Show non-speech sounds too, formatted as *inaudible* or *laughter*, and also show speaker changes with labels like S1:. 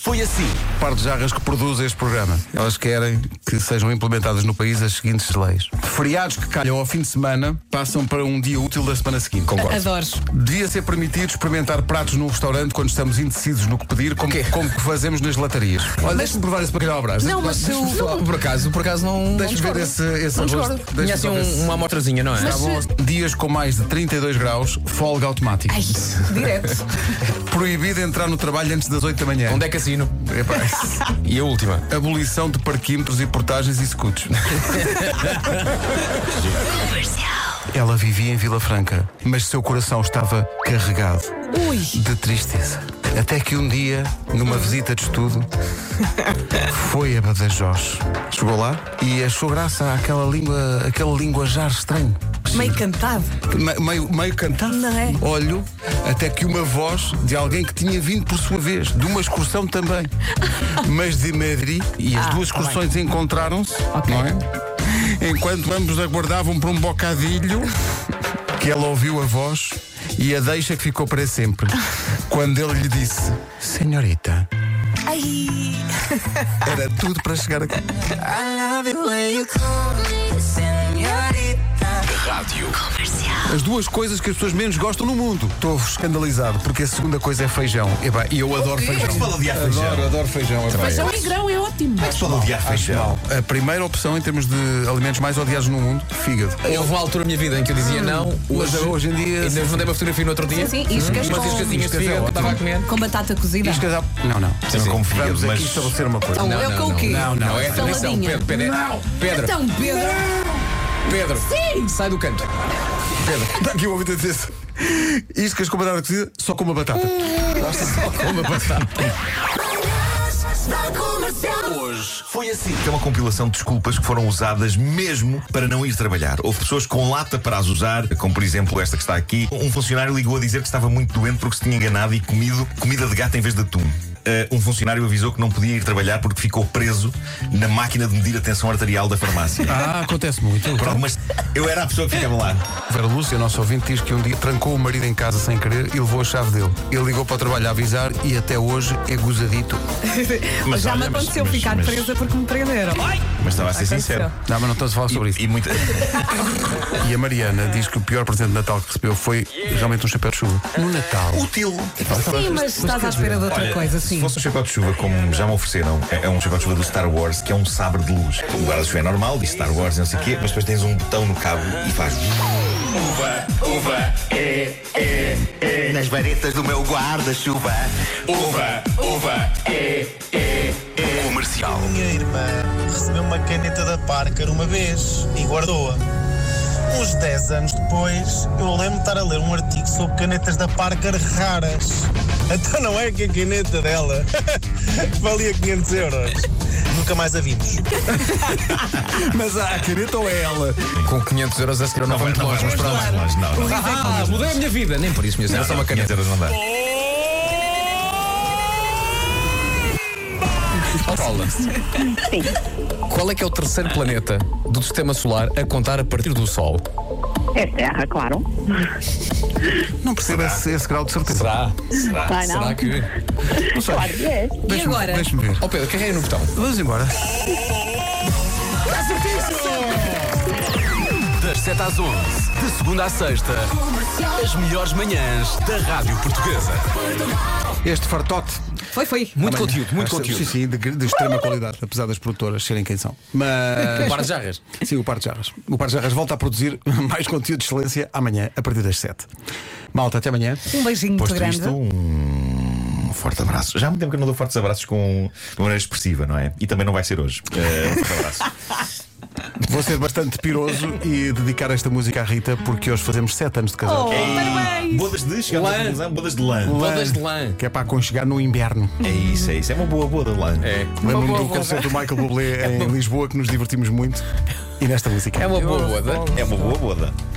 S1: Foi assim.
S2: Par de jarras que produz este programa. Elas querem que sejam implementadas no país as seguintes leis. Feriados que calham ao fim de semana passam para um dia útil da semana seguinte. Concordo.
S3: Adoro.
S2: Devia ser permitido experimentar pratos num restaurante quando estamos indecisos no que pedir, como, como que fazemos nas latarias. Olha, deixa-me provar esse bacalhau à brás.
S3: Não, mas
S2: Deixa-me
S3: eu-
S2: só-
S1: Não, por acaso, por acaso não.
S2: Deixa-me ver esse, esse
S1: Não
S2: arroz.
S1: discordo.
S2: deixa-me
S1: Tinha assim
S2: só ver se-
S1: um- uma amostrazinha, não é?
S3: Mas-
S2: Tá bom. Dias com mais de 32 graus, folga automática.
S3: Ai, direto.
S2: Proibido entrar no trabalho antes das 8 da manhã.
S1: Onde é cassino? *laughs*
S2: Epá,
S1: E a última?
S2: abolição de parquímetros e portagens e scooters. Ela vivia em Vila Franca, mas seu coração estava carregado
S3: Ui.
S2: de tristeza. Até que um dia, numa visita de estudo, foi a Badajoz. Chegou lá e achou graça àquela língua, aquele linguajar estranho.
S3: Meio cantado.
S2: Me- meio, meio cantado.
S3: Não é?
S2: Olho até que uma voz de alguém que tinha vindo por sua vez, de uma
S3: *laughs*
S2: excursão também, mas de Madrid, e as
S3: Ah,
S2: duas
S3: tá bem.
S2: excursões encontraram-se, não é? Enquanto ambos aguardavam por um bocadilho, que ela ouviu a voz e a deixa que ficou
S3: *laughs*
S2: para sempre. Quando ele lhe disse: Senhorita,
S3: Ai.
S2: era tudo para chegar aqui. As duas coisas que as pessoas menos gostam no mundo. Estou escandalizado, porque a segunda coisa é feijão. Epá, E eu adoro feijão.
S4: fala de ar feijão?
S2: Adoro, adoro feijão. epá.
S3: Mas é um negrão, é ótimo.
S4: Fala de ar
S2: Acho
S4: feijão.
S2: mal. A primeira opção em termos de alimentos mais odiados no mundo, fígado.
S1: Houve uma altura da minha vida em que eu dizia não,
S2: Mas eh,
S1: hoje,
S2: hoje em dia-
S1: Ainda vos mandei uma fotografia no outro dia. Hum?
S3: Sim, sim, iscas
S1: Umas
S3: com-
S1: iscasinhas de
S2: iscas é
S1: fígado que estava a
S2: ótimo.
S1: comer.
S3: Com batata cozida.
S2: Iscas à- Não, não.
S4: Não como fígado,
S2: Vamos aqui
S4: mas.
S2: estabelecer uma coisa.
S3: Então,
S1: Não,
S3: eu
S1: não,
S3: com o
S1: não,
S3: quê?
S1: não, não, é atenção,
S3: Saladinha.
S1: Pedro, Pedro, é- Pedro,
S3: Então, Pedro.
S1: Pedro, sai do canto.
S2: Está aqui um uma vida desse. Iscas com batata cozida, só com uma batata.
S4: Que é uma compilação de desculpas que foram usadas mesmo para não ir trabalhar. Houve pessoas com lata para as usar, como por exemplo esta que está aqui. Um funcionário ligou a dizer que estava muito doente porque se tinha enganado e comido comida de gato em vez de atum. Ah, um funcionário avisou que não podia ir trabalhar porque ficou preso na máquina de medir a tensão arterial
S2: *laughs*
S4: da farmácia.
S2: Ah, acontece muito.
S4: Por algumas... Eu era a pessoa que ficava lá.
S2: Vera Lúcia, nosso ouvinte, diz que um dia trancou o marido em casa sem querer e levou a chave dele. Ele ligou para o trabalho a avisar e até hoje é gozadito.
S4: Mas
S3: Já me
S4: olha, mas-
S3: aconteceu
S4: mas-
S3: ficar
S4: mas-
S3: presa porque me prenderam.
S4: Mas estava a ser sincero.
S2: Não, mas não estamos a falar sobre isso.
S4: E, e muita...
S2: E a Mariana diz que o pior presente de Natal que recebeu foi realmente um chapéu de chuva. No Natal.
S4: Útil.
S3: Sim, mas estás à espera de outra
S4: Olha,
S3: coisa,
S4: Se
S3: sim.
S4: fosse um chapéu de chuva, como já me ofereceram, é é um chapéu de chuva do Star Wars, que é um sabre de luz. O guarda-chuva é normal, diz Star Wars, não sei o quê, mas depois tens um botão no cabo e faz.
S5: Uva, uva, é, é, é. Nas varetas do meu guarda-chuva. Uva, uva, é, é, é. Comercial.
S6: Minha irmã recebeu uma caneta da Parker uma vez e guardou-a. Uns 10 anos depois, eu lembro de estar a ler um artigo sobre canetas da Parker raras. Então não é que a caneta dela *laughs* valia 500 euros. Nunca mais a vimos.
S2: Mas há a caneta ou é ela?
S1: Com 500 euros a seguir não vai muito
S4: não,
S1: longe, mas para lá.
S4: não, não, não, não.
S1: Ah, mudei a minha vida. Nem por isso, minha senhora, só uma caneta.
S4: Não dá.
S1: Ó, Paula, qual é que é o terceiro planeta do sistema solar a contar a partir do Sol?
S7: É terra, claro.
S2: Não percebo esse, esse grau de certeza.
S1: Será?
S7: Vai, não.
S1: Ah, Será que.
S7: Claro que é.
S3: E agora?
S2: Deixa-me ver.
S1: Ó Pedro, carrega no botão.
S2: Vamos embora.
S8: Das 7 às 11, de segunda à sexta, as melhores manhãs da Rádio Portuguesa.
S2: Este fartote.
S3: Foi, foi.
S1: Muito conteúdo, muito
S2: Acho-
S1: conteúdo.
S2: Sim, sim, de, de extrema qualidade, apesar das produtoras serem quem são. Mas.
S1: Para de jarras.
S2: Sim, o Par de Jarras. O Par de Jarras volta a produzir *laughs* mais conteúdo de excelência amanhã, a partir das 7. Malta, até amanhã.
S3: Um beijinho muito
S4: Posto
S3: grande.
S4: é isto, um forte abraço. Já há muito tempo que eu não dou fortes abraços com de maneira expressiva, não é? E também não vai ser hoje. Eh, um forte abraço.
S1: *laughs*
S2: Vou ser bastante piroso e dedicar esta música à Rita, porque hoje fazemos 7 anos de casal.
S4: Ei, bodas de chegamos à
S1: É Lã.
S4: conclusão, bodas de lã.
S1: Bodas de lã.
S2: Que é para aconchegar no
S1: *laughs*
S2: inverno.
S4: É isso, é isso. É uma boa boda de lã.
S1: É.
S2: Lembro-me do concerto do Michael
S1: *laughs*
S2: Bublé em Lisboa, que nos divertimos muito. E nesta música.
S1: É uma boa boda.
S4: É uma boa boda.